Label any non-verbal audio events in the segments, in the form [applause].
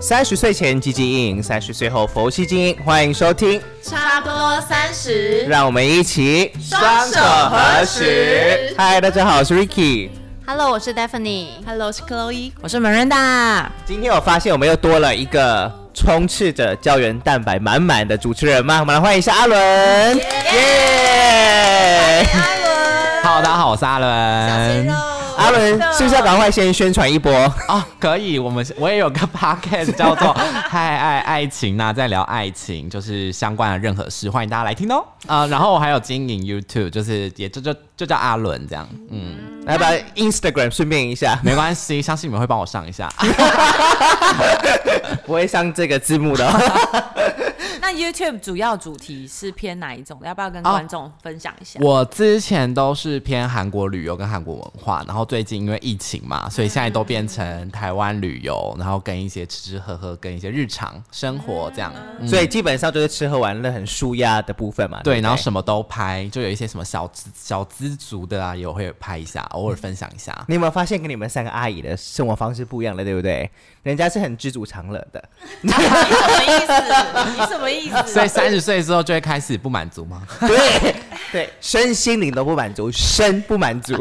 三十岁前积极经营，三十岁后佛系经营。欢迎收听，差不多三十。让我们一起双手合十嗨，大家好，我是 Ricky。 Hello，我是 Stephanie。Hello，我是 Chloe。我是 Miranda。今天我发现我们又多了一个充斥着胶原蛋白满满的主持人嘛，我们来欢迎一下阿伦。耶！阿伦， Hello，大家好，我是阿伦。阿伦是不是要赶快先宣传一波？啊，可以，我们我也有个 [laughs] podcast 叫做《嗨爱爱情》呐，在聊爱情，就是相关的任何事，欢迎大家来听哦。啊、然后我还有经营 YouTube，就是也就就就叫阿伦这样，嗯，来把 Instagram 顺便一下，没关系，相信你们会帮我上一下。不会上这个字幕嗯的。哦那 YouTube 主要主题是偏哪一种的？要不要跟哦观众分享一下？我之前都是偏韩国旅游跟韩国文化，然后最近因为疫情嘛，所以现在都变成台湾旅游，然后跟一些吃吃喝喝，跟一些日常生活这样。嗯所以基本上就是吃喝玩乐很舒压的部分嘛。对，不然后什么都拍，就有一些什么小资小资族的啊，也会拍一下，偶尔分享一下。你有没有发现跟你们三个阿姨的生活方式不一样了，对不对？人家是很知足常乐 [laughs] 的，你什么意思？你什么意思？所以三十岁之后就会开始不满足吗？ [laughs] 对对，身心灵都不满足，身不满 [laughs] 足。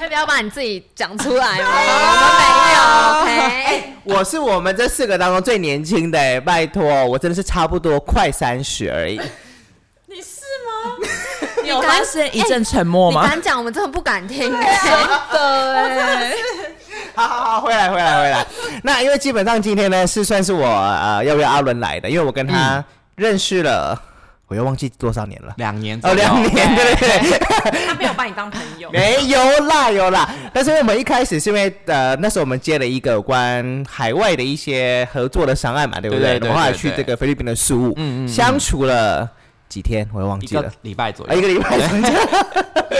要不要把你自己讲出来吗？我们没有，OK。我是我们这四个当中最年轻的、哎，拜托，我真的是差不多快三十而 [laughs] 已。你是吗？你有有发发现现一一阵阵沉默你吗？敢讲，我们真的不敢听。真的哎，好好好，回来回来回来。那因为基本上今天呢是算是我呃要不要阿伦来的，因为我跟他嗯认识了，我又忘记多少年了。两年哦，左右两年，对对对。他没有把你当朋友。没有啦，有啦。但是我们一开始是因为呃，那时候我们接了一个有关海外的一些合作的商案嘛，对不对对我对们后来对去对这个菲律宾的事务，嗯嗯，相处了几天，我也忘一记了个，礼拜左啊，一右。个礼拜左右，你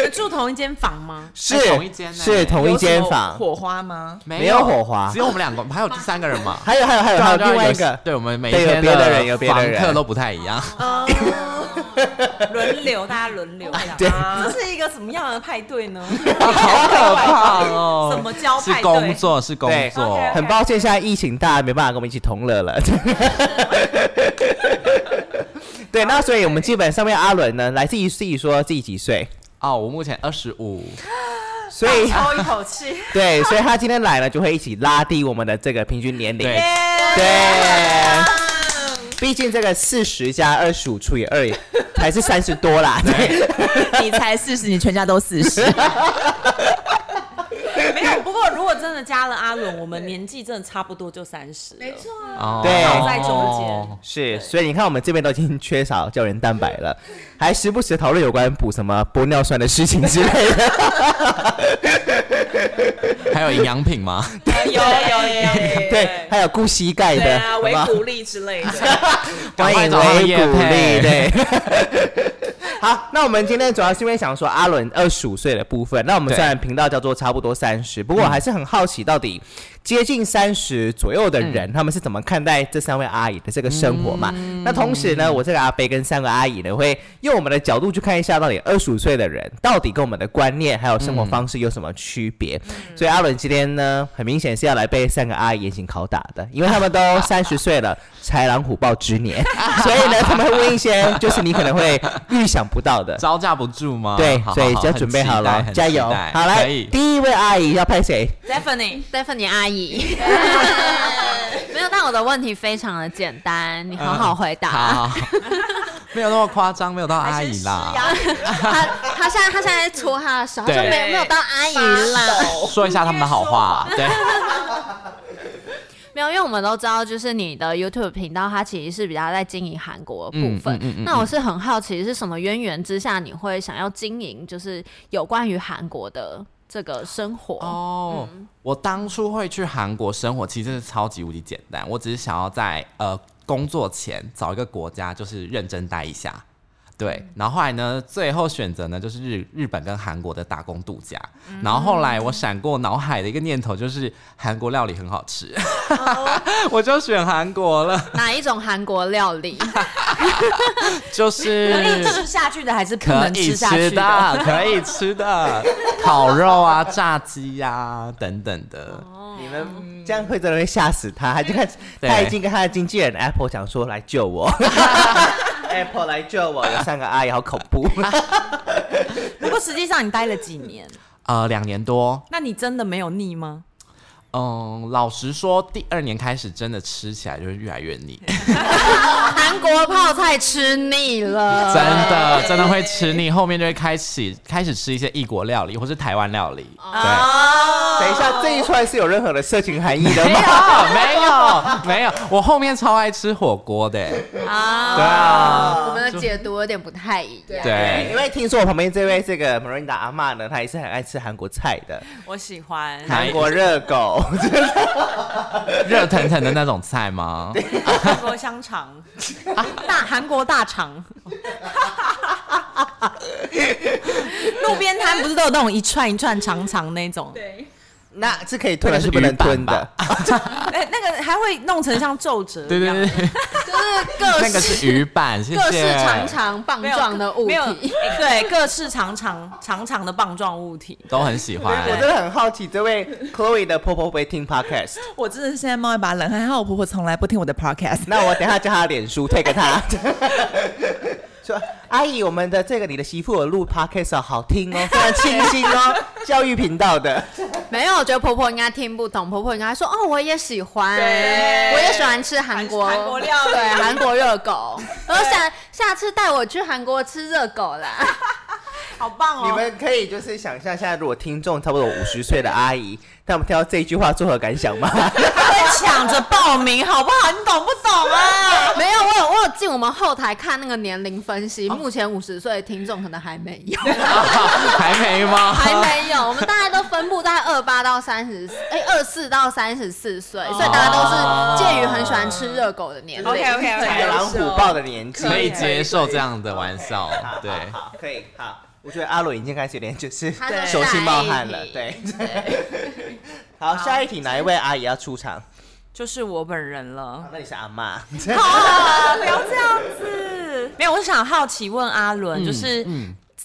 们住同一间房吗？是同一间呢是同一间房，火花吗？没有火花只有我们两个，还有第三个人嘛？还有还有还 [laughs] 有还有对啊另外一个，对我们每对有天别的人有别的房人客都不太一 [laughs] 样。哦，轮流，大家轮流。对这是一个什么样的派对呢？好可怕哦！ [laughs] 什么交是派工对？作，是工对作。 OK 很抱歉，现在疫情大家没办法跟我们一起同乐了。 [laughs] 对，那所以我们基本上面阿伦呢，来自己自己说自己几岁，哦，我目前二十五，所 [laughs] 以抽哦一口气，对，所以他今天来了，就会一起拉低我们的这个平均年龄。对对，毕竟这个四十加二十五除以二还是三十多啦。对，你才四十，你全家都四十。 [laughs] 没有。不过如果真的加了阿伦，我们年纪真的差不多就三十了。没错，哦对好在中间。 [laughs] 是，所以你看我们这边都已经缺少胶原蛋白了，还时不时讨论有关补什么玻尿酸的事情之类的。还有营养 [laughs] 品吗？哎有有有对，还有顾膝盖对的，啊，好维吗骨力之 [laughs] 类的。欢迎赶快找他们维业鼓励，配对。 [laughs] 好，那我们今天主要是因为想说阿伦二十五岁的部分。那我们虽然频道叫做差不多三十，不过我还是很好奇，到底接近三十左右的人，他们是怎么看待这三位阿姨的这个生活嘛？那同时呢，我这个阿贝跟三个阿姨呢，会用我们的角度去看一下，到底二十五岁的人到底跟我们的观念还有生活方式有什么区别。所以阿伦今天呢，很明显是要来被三个阿姨严刑拷打的，因为他们都三十岁了，豺狼虎豹之年，所以呢，他们会问一些就是你可能会预想不到的。 [laughs] 招架不住吗？对好，所以好就准备好了，加油！好，来可，以。第一位阿姨要拍谁？ Stephanie， Stephanie 阿姨，没有，但我的问题非常的简单，你好好回答。好， [laughs] 没有那么夸张，没有到阿姨啦。他他现在他现在在戳他的手，他说对没有没有当阿姨啦，说一下他们的好话，啊 [laughs] 对，没有，因为我们都知道，就是你的 YouTube 频道，它其实是比较在经营韩国的部分。嗯嗯嗯嗯那我是很好奇，是什么渊源之下，你会想要经营就是有关于韩国的这个生活？哦，我当初会去韩国生活，其实真的超级无敌简单，我只是想要在呃工作前找一个国家，就是认真待一下。对，然后后来呢，最后选择呢就是日日本跟韩国的打工度假。然后后来我闪过脑海的一个念头就是韩国料理很好吃， [laughs] 我就选韩国了，哪一种韩国料理？可就以是。吃下去的还是不可能以下去吃的？的，可以吃的，烤肉啊、炸鸡呀、等等的，你们这样会真的会吓死他，他就看对他已经跟他的经纪人 Apple 讲说来救 [laughs] 我，Apple 来救我，有三个阿姨好恐 [laughs] 怖。不过实际上你待了几年，呃，两年多，那你真的没有腻吗？嗯，老实说，第二年开始真的吃起来就是越来越腻，韩国泡菜吃腻了，真的真的会吃腻，后面就会开始开始吃一些异国料理或是台湾料理，哦对。哦等一下，这一串是有任何的色情含义的没有吗？，没有，没有。我后面超爱吃火锅的、对啊。啊，我们的解读有点不太一样。对，对 [laughs] 因，为听说我旁边这位这个 Marinda 阿嬷呢，她也是很爱吃韩国菜的，我喜欢哪韩国热 [laughs] 狗。 [laughs] 热腾腾的那种菜吗？韩国香肠，大韩国大肠，路边摊不是都有那种一串一串长长那种？那是可以吞的，是不能吞的。哎，那个还会弄成像皱褶对一对样，对，对就是各那个式是鱼板，谢谢。各式长长棒没有状的物没有体。哎对，各式长长长长的棒状物体。都很喜欢。我真的很好奇，这位 Chloe 的婆婆会不会听 Podcast？我真的是现在冒一把冷汗，还好我婆婆从来不听我的 podcast。那我等一下叫她脸书推给 [laughs] 她，说阿姨，我们的这个你的媳妇有录 Podcast 哦好听哦，非常清新 [laughs] 哦，教育频道的。没有，我觉得婆婆应该听不懂。婆婆应该说：“哦，我也喜欢，我也喜欢吃韩国韩韩国料理对，韩国热狗。然后下下次带我去韩国吃热狗啦。 [laughs] 好棒你哦！们可以就是想象一下，如果听众差不多五十岁的阿姨，但我们听到这句话作何感想 [laughs] 吗？他在抢着报名，好不好？你懂不懂啊？没有，我有我有进我们后台看那个年龄分析，目前五十岁的听众可能还没有， [laughs] 还没吗？ [laughs] 还没 [laughs] 有。我们大家都分布在二八到三十，哎，二四到三十四岁，所以大家哦都是介于很喜欢吃热狗的年龄。 OK，OK，OK 对豺狼虎豹的年纪，可以接受这样的玩笑，好对。好好可以好。我觉得阿伦已经开始有点就是他就手心冒汗下了，一题对。 [laughs] 好，下一题哪一位阿姨要出场？就是我本人了啊。那你是阿妈， [laughs] 啊，不要这样子。没有，我想好奇问阿嗯伦，就是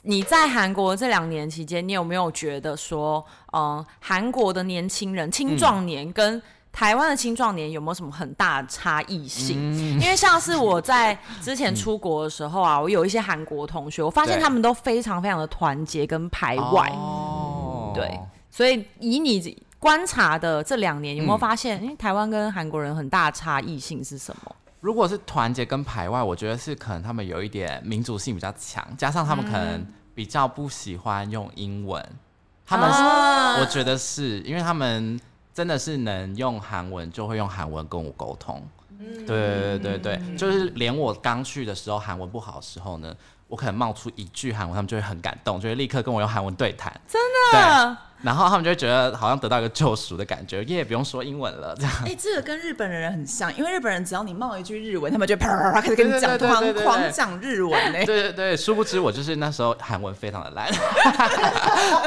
你在韩国这两年期间，你有没有觉得说，嗯，韩国的年轻人、青壮年跟台湾的青壮年有没有什么很大的差异性？嗯因为像是我在之前出国的时候啊，我有一些韩国同学，我发现对他们都非常非常的团结跟排外。哦对，所以以你观察的这两年，有没有发现，嗯，台湾跟韩国人很大的差异性是什么？如果是团结跟排外，我觉得是可能他们有一点民族性比较强，加上他们可能比较不喜欢用英文，他们是、啊我觉得是因为他们真的是能用韩文就会用韩文跟我沟通。嗯对对对对，就是连我刚去的时候韩文不好的时候呢，我可能冒出一句韩文，他们就会很感动，就会立刻跟我用韩文对谈。真的。然后他们就会觉得好像得到一个救赎的感觉，耶，不用说英文了，这样。嗯哎、这个跟日本人很像，因为日本人只要你冒一句日文，他们就啪啪啪啪开始跟你对对对讲，对狂对狂讲日文欸 [laughs] 呢、对对对，殊不知我就是那时候韩文非常的烂， [laughs]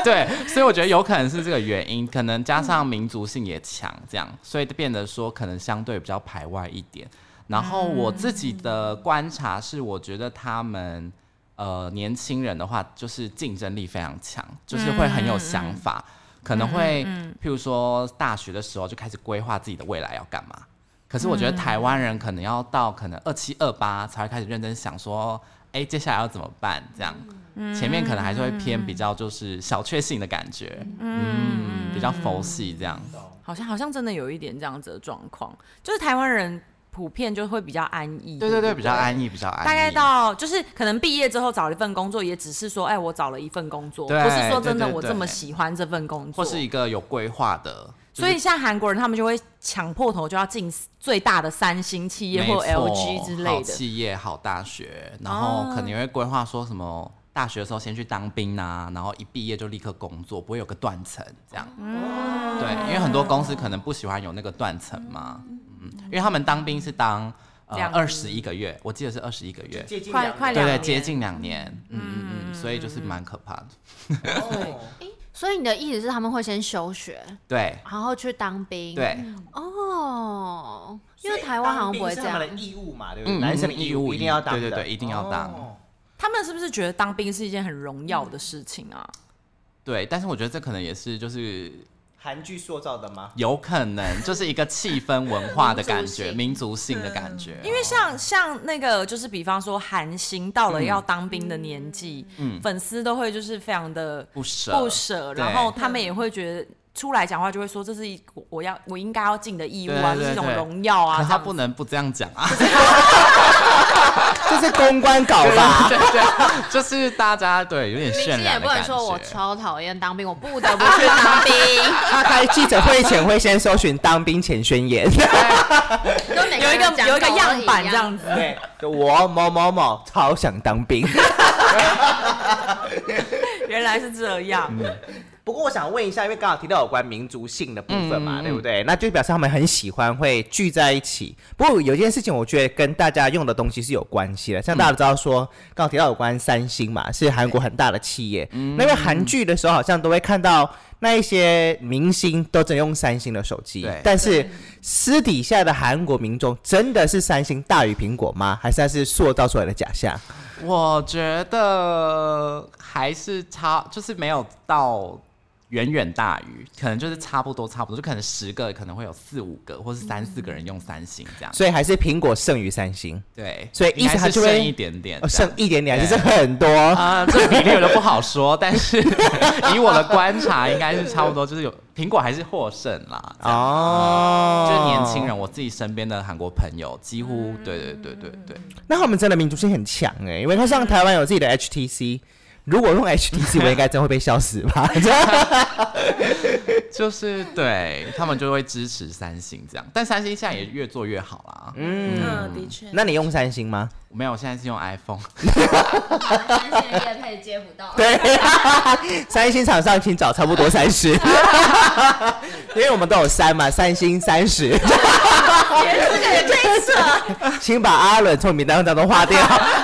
对，所以我觉得有可能是这个原因，可能加上民族性也强，这样，所以变得说可能相对比较排外一点。然后我自己的观察是，我觉得他们呃年轻人的话，就是竞争力非常强，就是会很有想法，可能会、譬如说大学的时候就开始规划自己的未来要干嘛。可是我觉得台湾人可能要到可能二七二八才会开始认真想说，哎、接下来要怎么办？这样，嗯前面可能还是会偏比较就是小确幸的感觉，嗯，比较佛系这样。好像好像真的有一点这样子的状况，就是台湾人普遍就会比较安逸，对对对，比较安逸，比较安逸。大概到就是可能毕业之后找了一份工作，也只是说，哎，我找了一份工作，对不是说真的对对对我这么喜欢这份工作。或是一个有规划的，就所是以像韩国人他们就会抢破头就要进最大的三星企业没或错 LG 之好类的，哦企业、好大学，然后可能也会规划说什么。大学的时候先去当兵啊，然后一毕业就立刻工作，不会有个断层这样。嗯对，因为很多公司可能不喜欢有那个断层嘛，嗯，因为他们当兵是当嗯两二十一个月，我记得是二十一个月，接近快快对两对，年接近两年，嗯嗯嗯，所以就是蛮可怕的。哦所以你的意思是他们会先休学，对然后去当兵？。对，哦，因为台湾好像不会这样。的义务嘛，对不嗯对？嗯男生的义务一定要当的，对对对一定要当哦他们是不是觉得当兵是一件很荣耀的事情啊？对，但是我觉得这可能也是就是韩剧塑造的吗？有可能就是一个气氛文化的感觉，民民族性的感觉。哦因为像像那个就是比方说韩星到了要当兵的年纪，粉丝都会就是非常的不嗯舍不舍，对然后他们也会觉得。出来讲话就会说这是一我我要我应该要尽的义务对啊，对这是一种对荣耀啊。可这他样子不能不这样讲啊，这是公关稿吧？对对，就是大家对有点明渲星也染的不感能觉。说我超讨厌当兵，我不得不去当兵。他开记者会前会先搜寻当兵前宣言，就每有一人个讲有一个法都样板一这样子。对，就 [laughs] 我某某某超想当兵。原来是这样，嗯不过我想问一下，因为刚好提到有关民族性的部分嘛，嗯嗯对不对？那就表示他们很喜欢会聚在一起。不过有一件事情，我觉得跟大家用的东西是有关系的。像大家都知道说，刚好提到有关三星嘛，是韩国很大的企业。嗯那因为韩剧的时候，好像都会看到那一些明星都只用三星的手机对，但是私底下的韩国民众真的是三星大于苹果吗？还是它是塑造出来的假象？我觉得还是差，就是没有到远远大于，可能就是差不多差不多，就可能十个可能会有四五个，或是三四个人用三星这样。所以还是苹果胜于三星， [laughs] 对，所以意应该思它是就会剩一点点哦，这样剩一点点，还是对很多。啊，这个比例我就不好说，但是以我的观察，应该是差不多，就是有苹果还是获胜啦。哦，哦，就是年轻。人，我自己身边的韩国朋友，几乎对对对对对，那他们真的民族性很强哎、因为他像台湾有自己的 HTC，如果用 [laughs] HTC，我应该真会被笑死 [laughs] 吧？就是对他们就会支持三星这样，但三星现在也越做越好啦。嗯，嗯，的确。那你用三星吗？没有，我现在是用 iPhone，样。三星叶配接不到。对， [laughs] 三星厂商请找差不多三 [laughs] 十，因为我们都有三嘛，三星三十，这个也可以扯。请把阿伦从名单当中 [laughs] 划掉，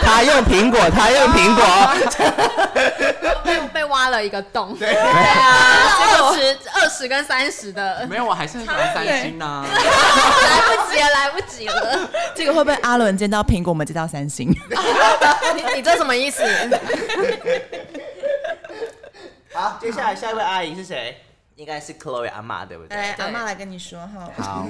他用苹果，他用苹果，被被挖了一个洞。[laughs] 对啊，二十二十跟三十的，没有，我还是很喜欢三星啊呐、来不及了，来不 [laughs] 及了。这个会不会阿伦见到苹果，我们见到三 [laughs] 星？你你这什么意思？好，接下来下一位阿姨是谁？应该是 Chloe 阿妈对不对？对嬷来跟你说哈。 [laughs] [laughs] 好，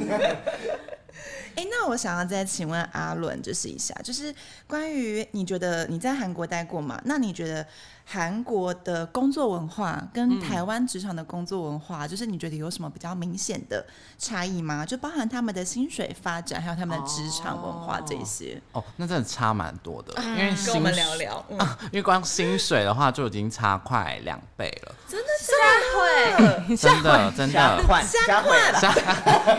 哎，那我想要再请问阿伦，就是一下，就是关于你觉得你在韩国待过嘛？那你觉得韩国的工作文化嗯跟台湾职场的工作文化，就是你觉得有什么比较明显的差异吗？就包含他们的薪水发展，还有他们的职场文化这一些，哦，那真的差蛮多啊的，因为薪 [laughs] 聊。嗯，因为光薪水的话就已经差快两倍了，真的真瞎的。换，瞎换，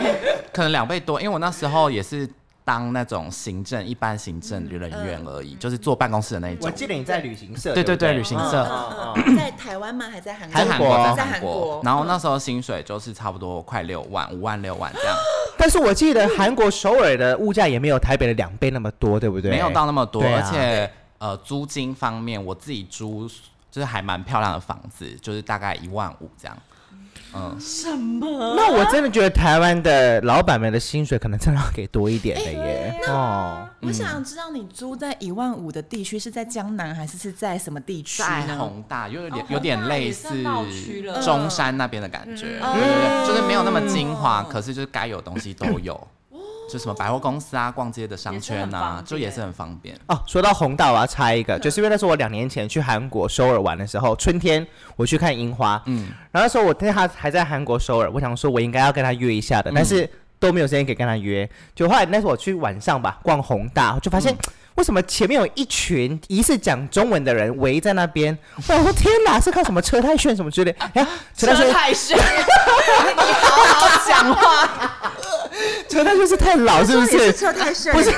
可能两倍多，因为我那时候也是当那种行政一般行政人员而嗯已，就是坐办公室的那一我种。记得你在旅行社，对对对不对对，旅行社。哦在台湾吗？还在韩国？在韩韩国国，在在韩韩国国，然后那时候薪水就是差不多快六万、五万、六万这样，但是我记得韩国首尔的物价也没有台北的两倍那么多，对不对？没有到那么多。对啊而且呃，租金方面，我自己租就是还蛮漂亮的房子，就是大概一万五这样。嗯，那我真的觉得台湾的老板们的薪水可能真的要给多一点的耶。哦，我想知道你租在一万五的地区是在江南还是是在什么地区在呢？宏大又有点哦有点宏大也类算似闹区了中山那边的感觉，对对对，就是没有那么精华，可是就是该有东西都有，就什么百货公司啊、逛街的商圈啊，也是很方便就也是很方便。哦，说到红道，我要插一个，就是因为那时候我两年前去韩国首尔玩的时候，春天我去看樱花，嗯，然后那时候我他还在韩国首尔，我想说我应该要跟他约一下的，但是都没有时间给跟他约。就后来那时候我去晚上吧逛宏大，我就发现。为什么前面有一群疑似讲中文的人围在那边？我想说天哪，是看什么车太炫什么之类？哎呀，车太炫，太炫，你好好讲话，车太炫是太老是不是？车太炫，不是，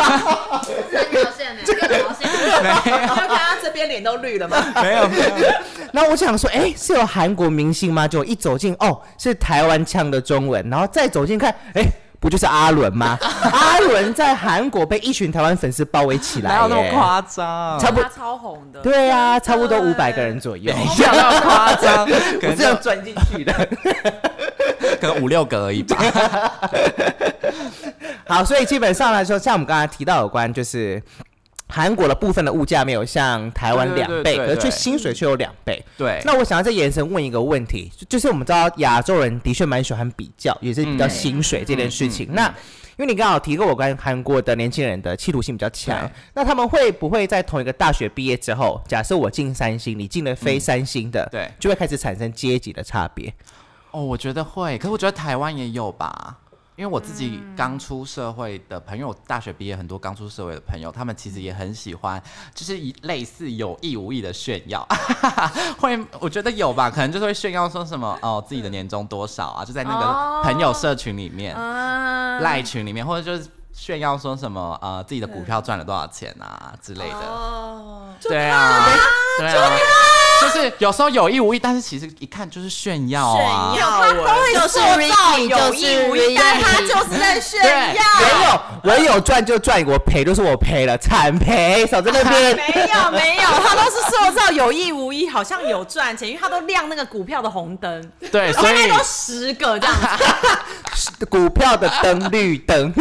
三条线呢？六条线。刚刚这边脸都绿了吗？没有没有，然后我想说，哎，是有韩国明星吗？就一走近，哦，是台湾腔的中文，然后再走近看，哎，不就是阿伦吗？阿伦在韩国被一群台湾粉丝包围起来耶，哪有那么夸张？差不他超红的，对啊，差不多五百个人左右。 [laughs] 没有那么夸张，可我能这样钻进去的。可能五六个而已吧。好，所以基本上来说，像我们刚才提到有关就是。韩国的部分的物价没有像台湾对对两对倍，对可是对却薪水却有两倍。对，那我想要再延伸问一个问题，就就是我们知道亚洲人的确蛮喜欢比较，也是比较薪水这件事情。那因为你刚好提过我关于韩国的年轻人的企图心比较强对，那他们会不会在同一个大学毕业之后，假设我进三星，你进了非三星的，对就会开始产生阶级的差别？哦，我觉得会，可是我觉得台湾也有吧，因为我自己刚出社会的朋友，大学毕业很多刚出社会的朋友，他们其实也很喜欢，就是以类似有意无意的炫耀， [laughs] 会我觉得有吧，可能就是会炫耀说什么哦自己的年终多少啊，就在那哦个朋友社群里面、啊赖、群里面，或者就是炫耀说什么呃自己的股票赚了多少钱啊之类的。哦，对啊，对啊，就是有时候有意无意，但是其实一看就是炫耀啊，炫耀文就是 Ricky，有就意是无意但他他就是在炫对耀，我有，我有赚就赚，我赔就是我赔了，惨赔，少在那 [laughs] 边。没有没有，他都是塑造有意无意，好像有赚钱，因为他都亮那个股票的红灯，对，大所概以都十个这样子，股票的灯绿灯，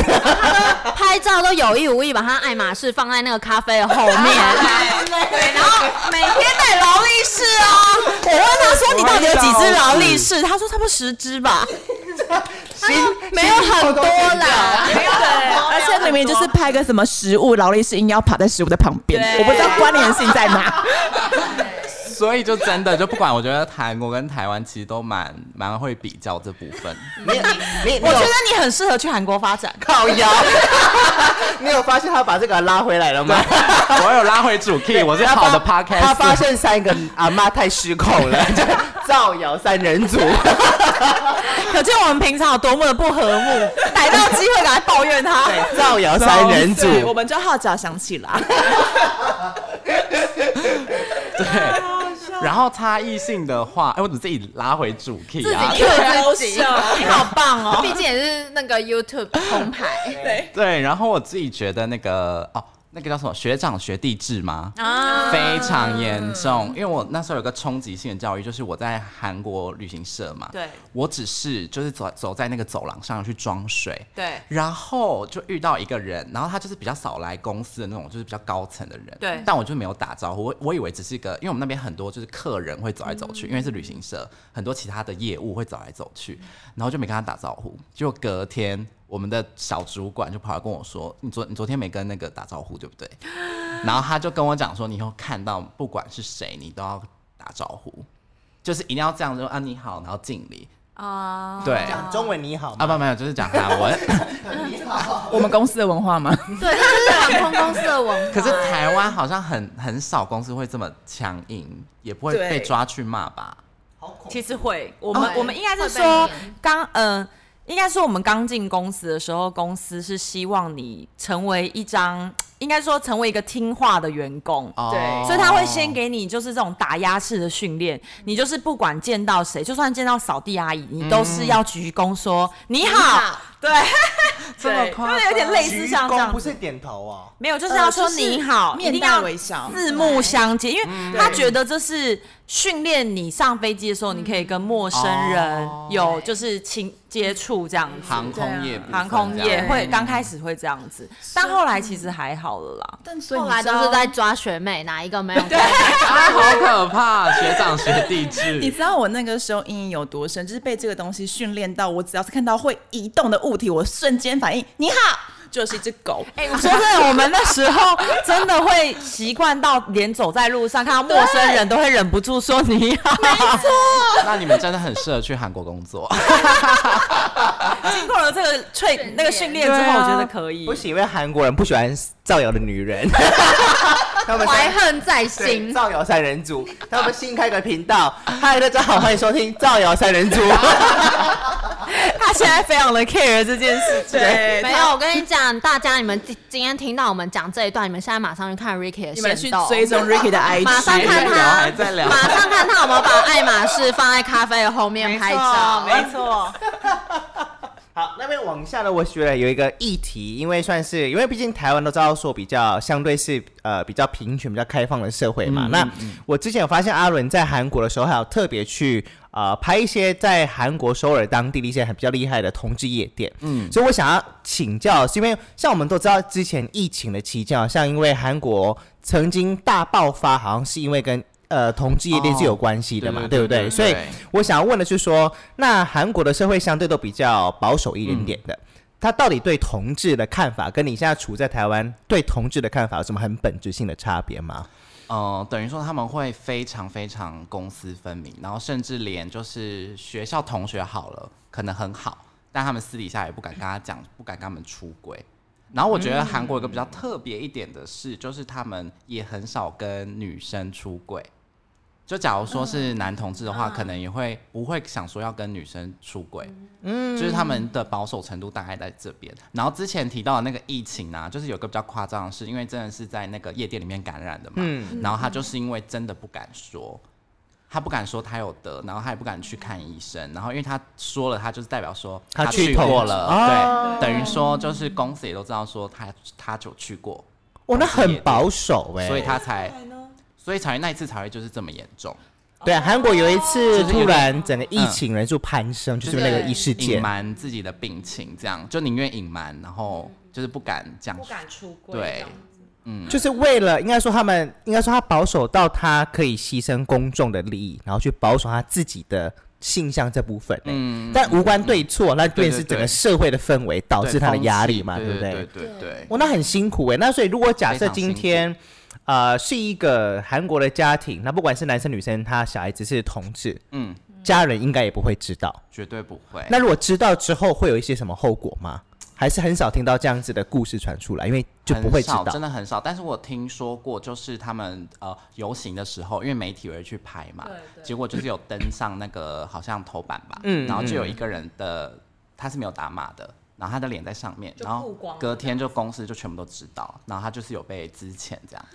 拍照都有意无意把他爱马仕放在那个咖啡的后面。对，然后每天带劳力士哦。我问他说你到底有几只劳力士？他说差不多十只吧，没有很多啦，没有，而且明明就是拍个什么食物，劳力士硬要跑在食物的旁边，对我不知道关联性在哪。 [laughs] 所以就真的就不管，我觉得韩国跟台湾其实都蛮蛮会比较这部 [laughs] 分。你 [laughs] 你你我觉有得你很适合去韩国发 [laughs] 展。靠腰， [laughs] 你有发现他把这个拉回来了吗？我有拉回主 key，我是好的 podcast。他发现三个阿妈太失控 [laughs] 了，就造谣三人组。可见我们平常有多么的不和睦，逮到机会赶快抱怨他。对，造谣三人组。对，我们就号角响起啦。对，然后差异性的话，哎，我怎么自己拉回主 key 啊？ [laughs] 优秀，你好棒哦！毕竟也是那个 YouTube 红牌，对，然后我自己觉得那个哦，那个叫什么学长学弟制吗？啊，非常严重，因为我那时候有个冲击性的教育，就是我在韩国旅行社嘛，对我只是就是走走在那个走廊上去装水，对然后就遇到一个人，然后他就是比较少来公司的那种，就是比较高层的人。对但我就没有打招呼，我我以为只是一个，因为我们那边很多就是客人会走来走去，因为是旅行社，很多其他的业务会走来走去，然后就没跟他打招呼。结果隔天，我们的小主管就跑来跟我说：“你昨你昨天没跟那个打招呼，对不对？”然后他就跟我讲说：“你以后看到不管是谁，你都要打招呼，就是一定要这样说啊你好，然后敬礼。”啊，对。讲中文你好啊，吗？不，没有，就是讲韩文。啊我们公司的文化 [laughs] 吗？对，这就是航空公司的文化。可是台湾好像很很少公司会这么强硬，也不会对被抓去骂吧？其实会，我们、哦我们应该是会被说刚嗯、呃应该说我们刚进公司的时候，公司是希望你成为一张，应该说成为一个听话的员工。哦对所以他会先给你就是这种打压式的训练，你就是不管见到谁，就算见到扫地阿姨，你都是要鞠躬说你好，对，这么夸张对有点类似像这样子，点头啊。没有，就是要说呃就是你好，一面定带要微笑四目相接，因为他觉得这是训练你上飞机的时候，你可以跟陌生人哦嗯有就是亲接触这样子。航空业部分这航样，空业对会刚开始会这样子，但后来其实还好了啦。但所以后你来知道都是在抓学妹，哪一个没有？啊，好可怕！学长学弟 [laughs] 制，你知道我那个时候阴影有多深，就是被这个东西训练到，我只要是看到会移动的物体，我瞬间反应你好，就是一只狗。哎，我说真的，我们那时候真的会习惯到连走在路上看到陌生人都会忍不住说你好。那你们真的很适合去韩国工作。经过了这个训那个训练之后，我觉得可以不。行，因为韩国人不喜欢造谣的女 [laughs] 人，他们怀三恨在对心，造谣三人组，他们新开个频道。嗨，大家好，欢迎收听造谣三 [laughs] 人组。他现在非常的 care 这件事情。对没有，我跟你讲，大家你们今今天听到我们讲这一段，你们现在马上去看 Ricky 的你们去线动，追踪 Ricky [laughs] 的 IG，马上看还在聊他还在，聊马上看他有没有把爱马仕放在咖啡的后面拍照。错。好，那边往统一下呢，我觉得有一个议题，因为算是因为毕竟台湾都知道说比较相对是呃比较平权、比较开放的社会嘛。那我之前有发现阿伦在韩国的时候，还有特别去呃拍一些在韩国首尔当地的一些很比较厉害的同志夜店。嗯，所以我想要请教，是因为像我们都知道之前疫情的期间，好像因为韩国曾经大爆发，好像是因为跟呃同志夜店是有关系的嘛，哦对对不对对？对所以对我想要问的是说，那韩国的社会相对都比较保守一点点的，嗯他到底对同志的看法，跟你现在处在台湾对同志的看法有什么很本质性的差别吗？呃，等于说他们会非常非常公私分明，然后甚至连就是学校同学好了，可能很好，但他们私底下也不敢跟他讲，不敢跟他们出轨。然后我觉得韩国有一个比较特别一点的是，就是他们也很少跟女生出轨。就假如说是男同志的话，可能也会不会想说要跟女生出轨，嗯，就是他们的保守程度大概在这边。然后之前提到的那个疫情啊，就是有个比较夸张的是，因为真的是在那个夜店里面感染的嘛，然后他就是因为真的不敢说，他不敢说他有得，然后他也不敢去看医生，然后因为他说了，他就是代表说他去去捅过了了，哦对，等于说就是公司也都知道说他他就去过，哇，哦那同志很夜店保守哎、所以他才所以才那一次才会就是这么严重。对啊韩国有一次就是有突点然整个疫情人数攀升，就是那个一事嗯隐件。瞒自己的病情，这样就宁愿隐瞒，然后就是不敢讲，不敢出轨，对，就是为了，应该说他们，应该说他保守到他可以牺牲公众的利益，然后去保守他自己的性向这部分、嗯，但无关对错，那便是整个社会的氛围导导致他的压力嘛，对不对对？对对对。哇，那很辛苦哎、那所以如果假设非常辛今苦天，呃，是一个韩国的家庭，那不管是男生女生，他小孩子是同志，嗯，家人应该也不会知道。绝对不会。那如果知道之后，会有一些什么后果吗？还是很少听到这样子的故事传出来，因为就不会知很少道真。的很少。但是我听说过，就是他们呃游行的时候，因为媒体会去拍嘛，结果就是有登上那个好像头版吧，嗯然后就有一个人的他是没有打码的，然后他的脸在上面，就然后曝光了隔天就公司就全部都知道，然后他就是有被支遣这样。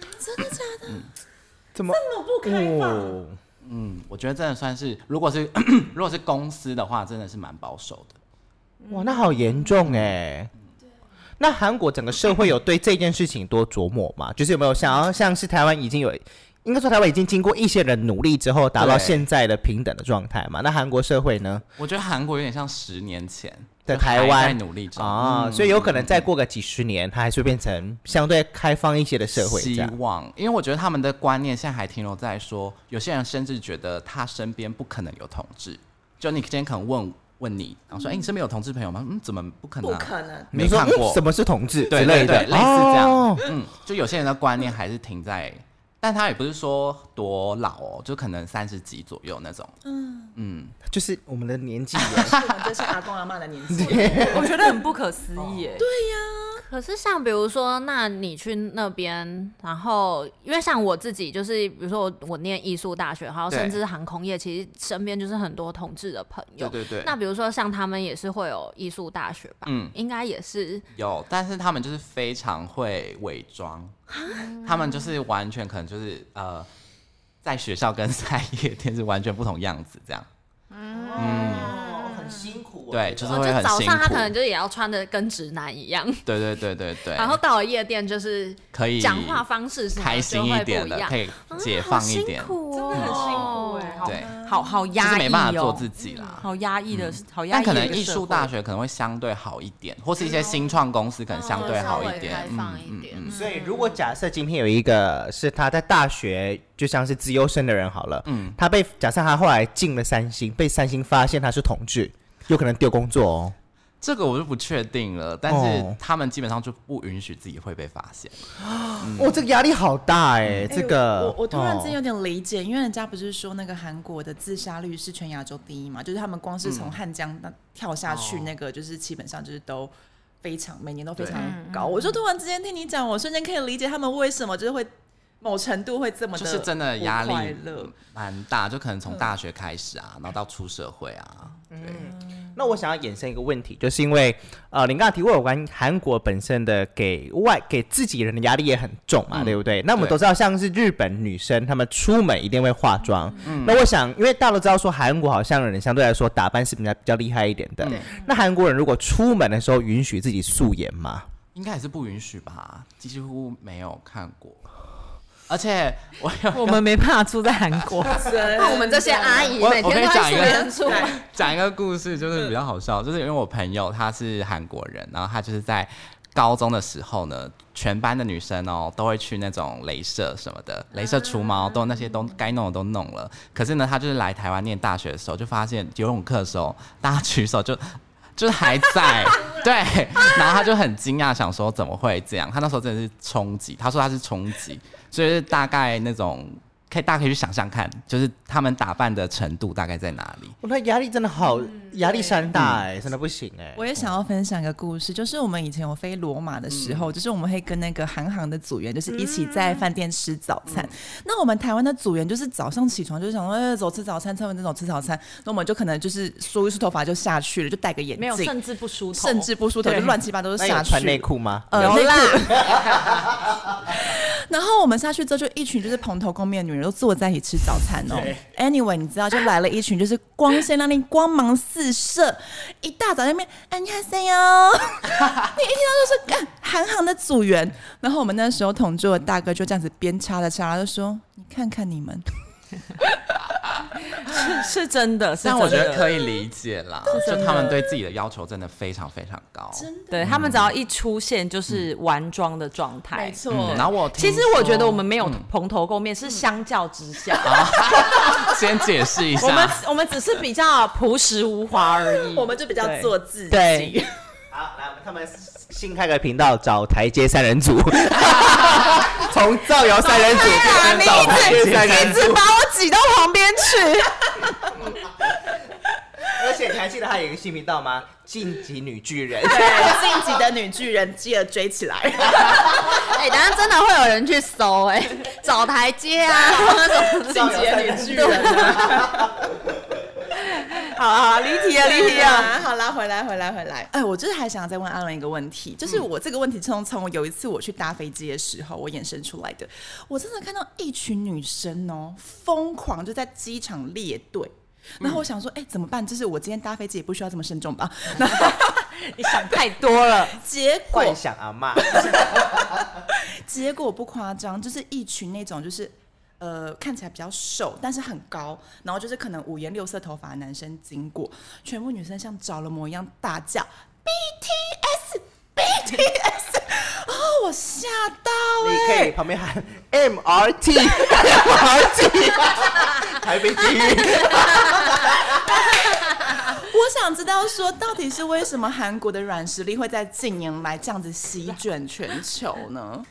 怎么哦这么不开放？嗯，我觉得真的算是，如果是 [clears throat] 如果是公司的话，真的是蛮保守的。哇，那好严重哎。那韩国整个社会有对这件事情多琢磨嗯吗？就是有没有想要像是台湾已经有，应该说台湾已经经过一些人努力之后，达到对现在的平等的状态嘛？那韩国社会呢？我觉得韩国有点像十年前在就还台湾在努力中啊、嗯所以有可能再过个几十年，它还是会变成相对开放一些的社会这嗯希样。望，因为我觉得他们的观念现在还停留在说，有些人甚至觉得他身边不可能有同志。就你今天可能问问你，然后说，哎、你身边有同志朋友吗？嗯，怎么不可能、不啊？可能。没你说看过嗯什么是同志对之类对对，的，类似这样。哦嗯，就有些人的观念还是停在，但他也不是说多老哦，就可能三十几左右那种。就是我们的年纪耶。啊我们这是阿公阿妈的年纪，我觉得很不可思议耶。对，可是像比如说，那你去那边，然后因为像我自己，就是比如说我我念艺术大学，然后对甚至航空业，其实身边就是很多同志的朋友。对对对，那比如说像他们也是会有艺术大学吧，嗯应该也是有，但是他们就是非常会伪装，啊他们就是完全可能就是呃，在学校跟在夜店是完全不同样子这样。 [laughs] 哦，很辛苦哦对，就是哦，会就很早辛上他苦可。能就也要穿的跟直男一样，对对对对对，然后到了夜店就是可以讲话方式是开心一点的的，，可以解放一点嗯啊啊好辛，苦哦、真的很辛苦哎，好对，好好压抑就哦，是没办法做自己嗯啦。好压抑的，好压但抑可的一个社会。能艺术大学可能会相对好一点，或是一些新创公司可能相对好一点哦嗯稍微开。放一点。嗯所以，如果假设今天有一个是他在大学就像是资优生的人好了，嗯，他被假设他后来进了三星，被三星发现他是同志，有可能丢工作哦。这个我就不确定了，但是哦他们基本上就不允许自己会被发现。哇、哦这个压力好大哎、嗯哎这个我我突然之间哦有点理解，因为人家不是说那个韩国的自杀率是全亚洲第一嘛，就是他们光是从汉江那跳下去那个，就是基本上就是都。非常每年都非嗯常高，我就突然之间听你讲，我瞬间可以理解他们为什么就是会某程度会这么的就是真的压不快力 [laughs] 乐嗯蛮大，就可能从大学开始啊，然后到出社会啊，对，那我想要衍生一个问题，就是因为呃，您刚刚提过有关韩国本身的给外给自己人的压力也很重嘛，对不嗯对？那我们对都知道，像是日本女生，她们出门一定会化妆。那我想，因为大家都知道说韩国好像人相对来说打扮是比较比较厉害一点的。那韩国人如果出门的时候允许自己素颜吗？应该还是不允许吧，几乎没有看过。而且我有我们没办法住在韩 [laughs] 国，那我们这些阿姨我每我跟天你都在讲素一个颜出门，讲一个故事，就是比较好笑，就是因为我朋友他是韩国人，然后他就是在高中的时候呢，全班的女生哦都会去那种镭射什么的，镭射除毛都那些都该弄的都弄了，可是呢，他就是来台湾念大学的时候，就发现游泳课的时候，大家举手就。就是还在，对，然后他就很惊讶，想说怎么会这样？他那时候真的是冲击，他说他是冲击，所以就是大概那种可以大家可以去想象看，就是他们打扮的程度大概在哪里。哦我那压力真的好，压力山大哎、真的不行哎、嗯我也想要分享一个故事，就是我们以前我飞罗马的时嗯候，就是我们会跟那个韩航的组员，就是一起在饭店吃早餐。嗯那我们台湾的组员就是早上起床就想说，哎、走吃早餐，吃完这种吃早餐，那我们就可能就是梳一梳头发就下去了，就戴个眼没有，镜，甚至不梳头，甚至不梳头，就乱七八糟就那有下穿去内。裤吗？呃，有内裤啦， [laughs] 然后我们下去之后，就一群就是蓬头垢面的女人都坐在一起吃早餐哦。Anyway，你知道，就来了一群就是光鲜亮丽、光芒四射，一大早在那边安家森 [laughs] 哟，你一听到就是干啊韩寒的组员。然后我们那时候同桌的大哥就这样子边插着插着就说：“你看看你们，是是真的，是但我觉真得的可以理解啦，就他们对自己的要求真的非常非常高。对他们只要一出现就是完妆的状态。错嗯，然后我其听实我觉得我们没有嗯蓬头垢面，是相较之下， [laughs] 先解释一我们下，我们只啊是啊比较朴实无华而 [laughs] 已。我们就比较做自 [laughs] 己。对，好，来，我们他们新开个频道，找台阶三人 [laughs] 组，从造谣三人组变成找台阶三人组，把我挤到旁边去。 [laughs] 而且你还记得他有一个新频道吗？晋级女巨 [laughs] 人。对，晋级的女巨人记得追起来。 [laughs] [laughs] 哎、等下真的会有人去搜哎、找台阶啊，什么晋级的女巨人、啊，好啊，离 [laughs] 题啊，离题啊。啊！好啦，回来，回来，回来。哎，我就是还想再问阿伦一个问题，就是嗯我这个问题是从从有一次我去搭飞机的时候，我衍生出来的。我真的看到一群女生哦，疯狂就在机场列队。嗯然后我想说，哎、怎么办？就是我今天搭飞机也不需要这么慎重 [laughs] 吧？然后你想太多 [laughs] 了，结果幻想阿妈，结果不夸张，就是一群那种就是。呃，看起来比较瘦，但是很高，然后就是可能五颜六色头发的男生经过，全部女生像着了魔一样大叫 BTS BTS，哦，我吓到你哎、可以旁边喊 MRT MRT，台北地狱。我想知道说到底是为什么韩国的软实力会在近年来这样子席卷全球呢？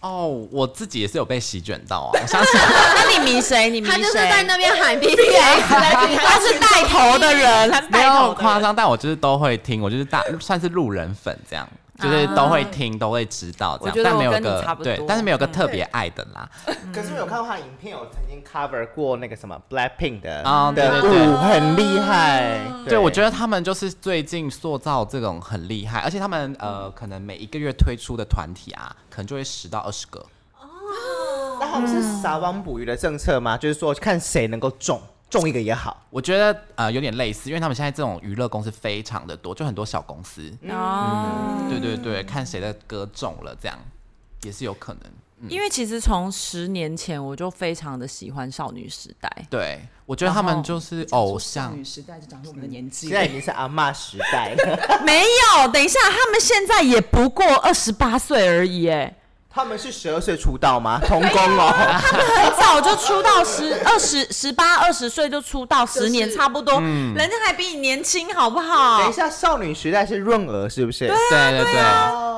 哦，我自己也是有被席卷到啊，我 [laughs] 相信那你迷谁？你迷啊他就是在谁？那边 [laughs] 喊 BTS，他是带头的人，他是没带有头的夸人。张，但我就是都会听，我就是大算是路人粉这样。就是都会听，都会知道这啊我觉得样，但没有我跟你差个不多嗯对，但是没有个特别爱的啦。可是我有看过他的影片，有曾经 cover 过那个什么 Blackpink 的啊的对对对舞，很厉害。对，我觉得他们就是最近塑造这种很厉害，而且他们呃，可能每一个月推出的团体啊，可能就会十到二十个。那他们是撒网捕鱼的政策吗？就是说看谁能够中，中一个也好。我觉得呃有点类似，因为他们现在这种娱乐公司非常的多，就很多小公司。哦，对对对，看谁的歌中了，这样也是有可能。嗯，因为其实从十年前我就非常的喜欢少女时代， [laughs] 对，我觉得他然后们就是偶像女。时代就长出我们的年纪现，在已经是阿嬷时代了，没有。等一下，他们现在也不过二十八岁而已，哎， [laughs] 他们是十二岁出道 [laughs] 吗？童工哦，他们很早就出道，十 [laughs] 二十十八二十岁就出道，十年差不多，嗯人家还比你年轻，好不等好一？下，少女时代是润儿是不是？对、啊对对对，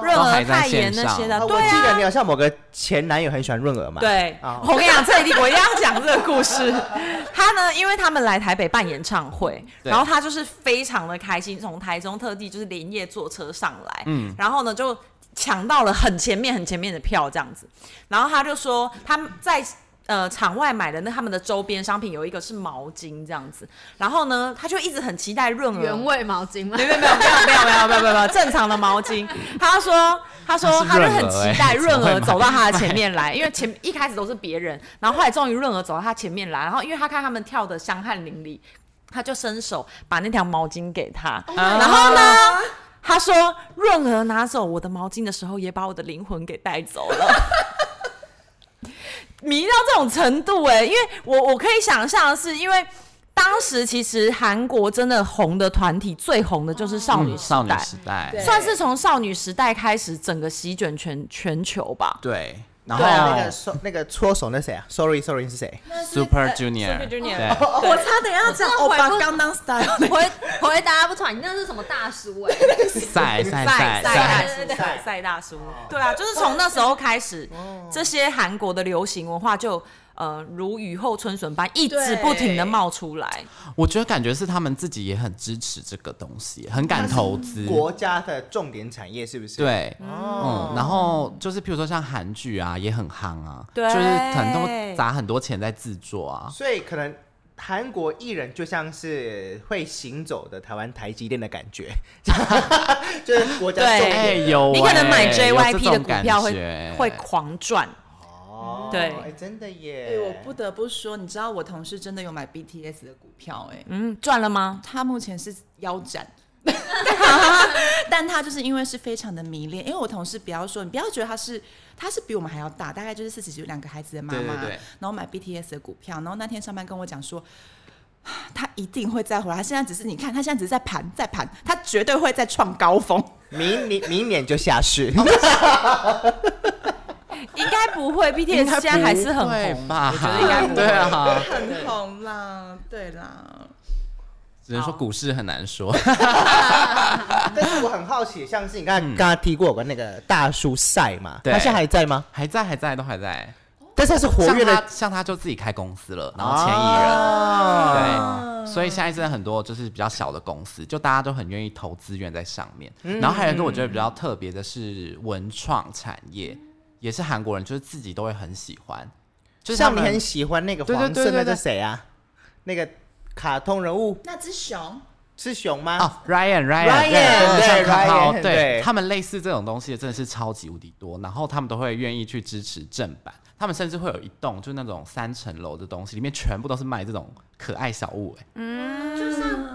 润都儿、还在泰妍线那些的，我对记啊得，你好像某个前男友很喜欢润儿嘛。对，啊我跟你讲，这一定我一定要讲这个故事。 [laughs] 他呢，因为他们来台北办演唱会，对然后他就是非常的开心，从台中特地就是连夜坐车上来，嗯，然后呢就抢到了很前面很前面的票这样子，然后他就说他在。呃场外买的那他们的周边商品有一个是毛巾这样子，然后呢，他就一直很期待润儿原味毛巾吗？没有没有没有没有没有没有没有没有正常的毛巾。他说他说他就很期待润儿走到他的前面来，因为前一开始都是别人，然后后来终于润儿走到他前面来，然后因为他看他们跳的香汗淋漓，他就伸手把那条毛巾给他，然后呢？他说：“润儿拿走我的毛巾的时候，也把我的灵魂给带走了。” [laughs] 迷到这种程度哎、因为我我可以想象的是，因为当时其实韩国真的红的团体最红的就是少女嗯时少女代，时代，对算是从少女时代开始整个席卷全全球吧。对，然对啊，那后个手那个搓手那谁啊？Sorry Sorry 是谁？ Super Junior， Super Junior 对，哦我差点要讲欧巴回不刚当 style 那个回回答不出来，你那是什么大叔 [laughs] 哎、赛赛赛赛，大叔，赛哦赛大叔，对啊，就是从那时候开始，这些韩国的流行文化就呃如雨后春笋般一直不停的冒出来。我觉得感觉是他们自己也很支持这个东西，很敢投资。国家的重点产业是不是？，对，嗯，然后就是譬如说像韩剧啊，也很夯啊，对就是很多砸很多钱在制作啊，所以可能韩国艺人就像是会行走的台湾台积电的感觉， [laughs] 就是国家重对点。哎有哎你可能买欸有这 JYP 的种股感票觉会会狂赚，哦对哎、真的耶！对，哎我不得不说，你知道我同事真的有买 BTS 的股票哎、嗯，赚了吗？他目前是腰斩。 [laughs] 但他就是因为是非常的迷恋，因为我同事不要说，你不要觉得他是他是比我们还要大，大概就是四十几两个孩子的妈妈，对对对然后买 BTS 的股票，然后那天上班跟我讲说，啊他一定会再回来，他现在只是你看，他现在只是在盘在盘，他绝对会再创高峰。明年明年就下市，应该不会，BTS 现在还是很对红。吧？觉得应该不会 [laughs] 对啊，很红啦，对啦，只能说股市很难说。但是我很好奇，像是你刚才刚刚提过有个那个大叔赛嘛，嗯对他现在还在吗？ [laughs] 还在，还在，都还在。但是他是活像跃他，的像他就自己开公司啊了，然后前艺人，啊对，所以现在真的很多就是比较小的公司，就大家都很愿意投资源在上面。嗯然后还有一个我觉得比较特别的是文创产业，也是韩国人就是自己都会很喜欢，就是他像你们很喜欢那个黄色对对对的对对是谁啊？那个卡通人物那只熊是熊啊吗？哦，Ryan Ryan， Ryan 对对像卡号 Ryan，对对他们类似这种东西真的是超级无敌多，然后他们都会愿意去支持正版，他们甚至会有一栋就那种三层楼的东西，里面全部都是卖这种可爱小物、哎、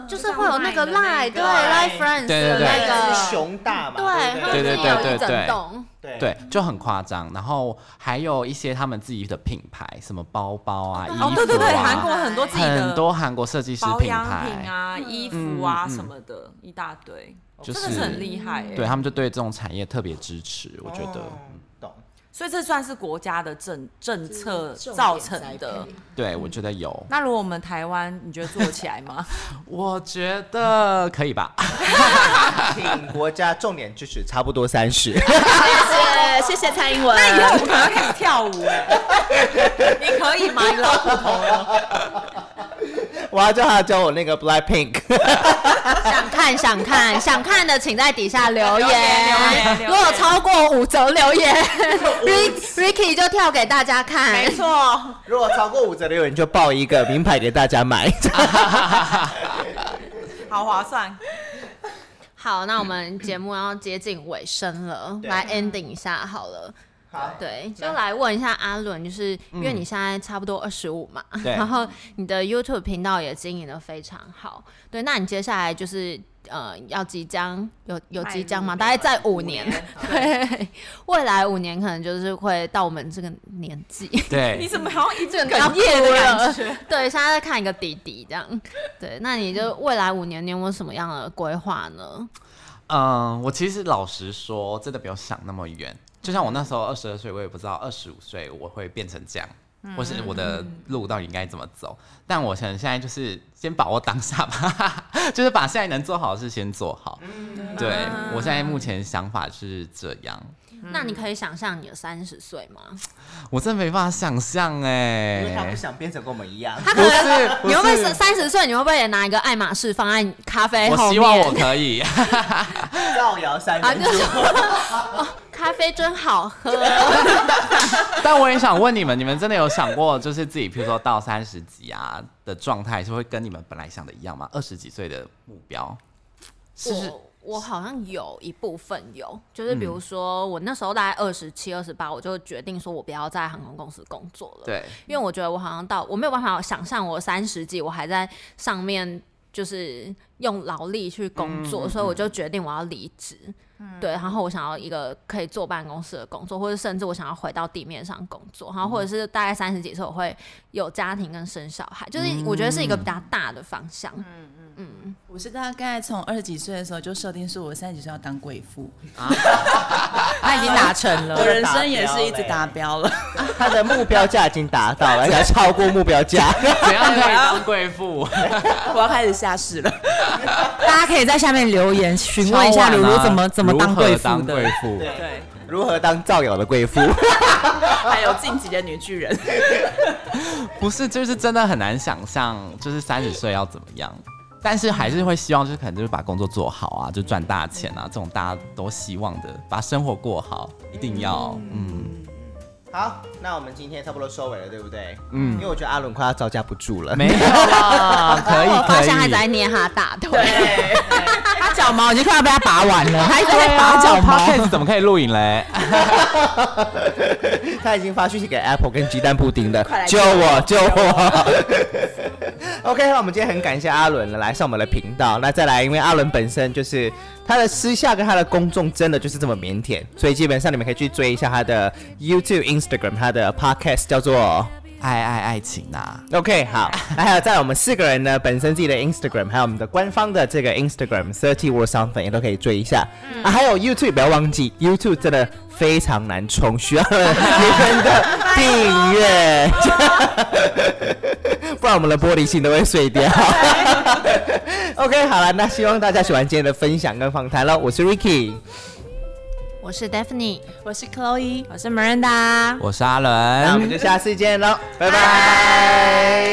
就是会有那个就像 Lie 卖的那个对 Lie Friends 对的对对那是个，熊大嘛？对，他不对们自对对己有对一对整栋。 [laughs] 嗯对对，就很夸张。然后还有一些他们自己的品牌，什么包包啊、衣服啊，哦，对对对，韩国很多自己很的多韩国设计师保品养牌，品啊、衣服啊嗯嗯什么的，一大堆，就真是的是很厉害。欸对，他们就对这种产业特别支持，我觉得。哦懂。所以这算是国家的政政策就是重点造成栽的培。对，我觉得有，那如果我们台湾，你觉得做起来吗？我觉嗯得可 [laughs] 以吧。请国家重点支持，差不多三十。 [laughs] 谢谢谢谢蔡英文。那以后哎我们可能要开始跳 [laughs] 舞了，你可以吗？你老虎头我要叫他教我那个 Black Pink。 [laughs] 想看想看想看的，请在底下留留言留言言。留言如果超过五折留言 [laughs] ，Rick Ricky 就跳给大家看。错，如果超过五折的有人就报一个名牌给大家买。 [laughs] 好划算。好，那我们节目要接近尾声了，对来 ending 一下好了。好对，就来问一下阿伦，就是因为你现在差不多二十五嘛，对然后你的 YouTube 频道也经营的非常好，对，那你接下来就是呃，要即将有有即将迈嘛，入大概在五年五年，对，未来五年可能就是会到我们这个年纪， [laughs] 你对，怎么好像一整要个夜哭的了感觉？对，现在在看一个弟弟这样，对，那你就未来五年你有没有什么样的规划呢？嗯，我其实老实说，真的没有想那么远。就像我那时候二十二岁，我也不知道二十五岁我会变成这样，或是我的嗯路到底应该怎么走。但我想现在就是先把握当下吧， [laughs] 就是把现在能做好的事先做好。嗯对我现在目前想法是这样，那你可以想象你的三十岁吗？我真的没办法想象哎、因为他不想变成跟我们一样。他可能不是你会不会不是三三十岁？你会不会也拿一个爱马仕放在咖啡后面？我希望我可以。造谣三 [laughs] 啊，人就组是 [laughs] 哦咖啡真好喝。但我也想问你们，你们真的有想过，就是自己，譬如说到三十几啊的状态，是会跟你们本来想的一样吗？二十几岁的目标，是不是嗯我我好像有一部分有，就是比如说我那时候大概二十七、二十八，我就决定说我不要在航空公司工作了。对，因为我觉得我好像到我没有办法想象我三十几我还在上面就是用劳力去工嗯作，所以我就决定我要离职。对，然后我想要一个可以坐办公室的工作，或者甚至我想要回到地面上工作，然嗯后或者是大概三十几岁我会有家庭跟生小孩，就是嗯我觉得是一个比较大的方向。我是大概从二十几岁的时候就设定说，我三十几岁要当贵妇，他已经达 [laughs] 成了我。人生也是一直达标了。 [laughs] 他的目标价已经达到 [laughs] 了，而且还超过目标价。怎样可以当贵 [laughs] 妇？我要开始下市了。大家可以在下面留言询问一下超鲁晚啊鲁怎么怎么当贵如何妇当的贵。妇？对，如何当造谣的贵妇？还有晋级的女巨人。 [laughs] 不是，就是真的很难想象，就是三十岁要怎么样。但是还是会希望，就是可能就是把工作做好啊，就赚大钱啊，这种大家都希望的，把生活过好，一定要，嗯， [laughs] 好，那我们今天差不多收尾了，对不对？嗯，因为我觉得阿伦快要招架不住了。[laughs] 嗯没有啦，可以，我发现可以他一直在捏他的大腿。他脚毛已经快要被他拔完了，他一直对在拔啊脚毛。 ，podcast 怎么可以录影嘞？他已经发讯息给 Apple 跟鸡蛋布丁的快，来救救我，哦我救我！OK，那我们今天很感谢阿伦来上我们的频道。那再来，因为阿伦本身就是他的私下跟他的公众真的就是这么腼腆，所以基本上你们可以去追一下他的 YouTube、Instagram，他的 Podcast 叫做。爱爱爱情啊， OK，好，那还有在我们四个人呢，本身自己的 Instagram，还有我们的官方的这个 Instagram Thirty Word Something 也都可以追一下、啊，还有 YouTube 不要忘记，YouTube 真的非常难冲，需要你们的订阅， [laughs] 不然我们的玻璃心都会碎掉。OK，好了，那希望大家喜欢今天的分享跟访谈喽，我是 Ricky，我是 Daphne，我是 Chloe。我是 Miranda。我是阿伦，那我们就下次见喽，拜拜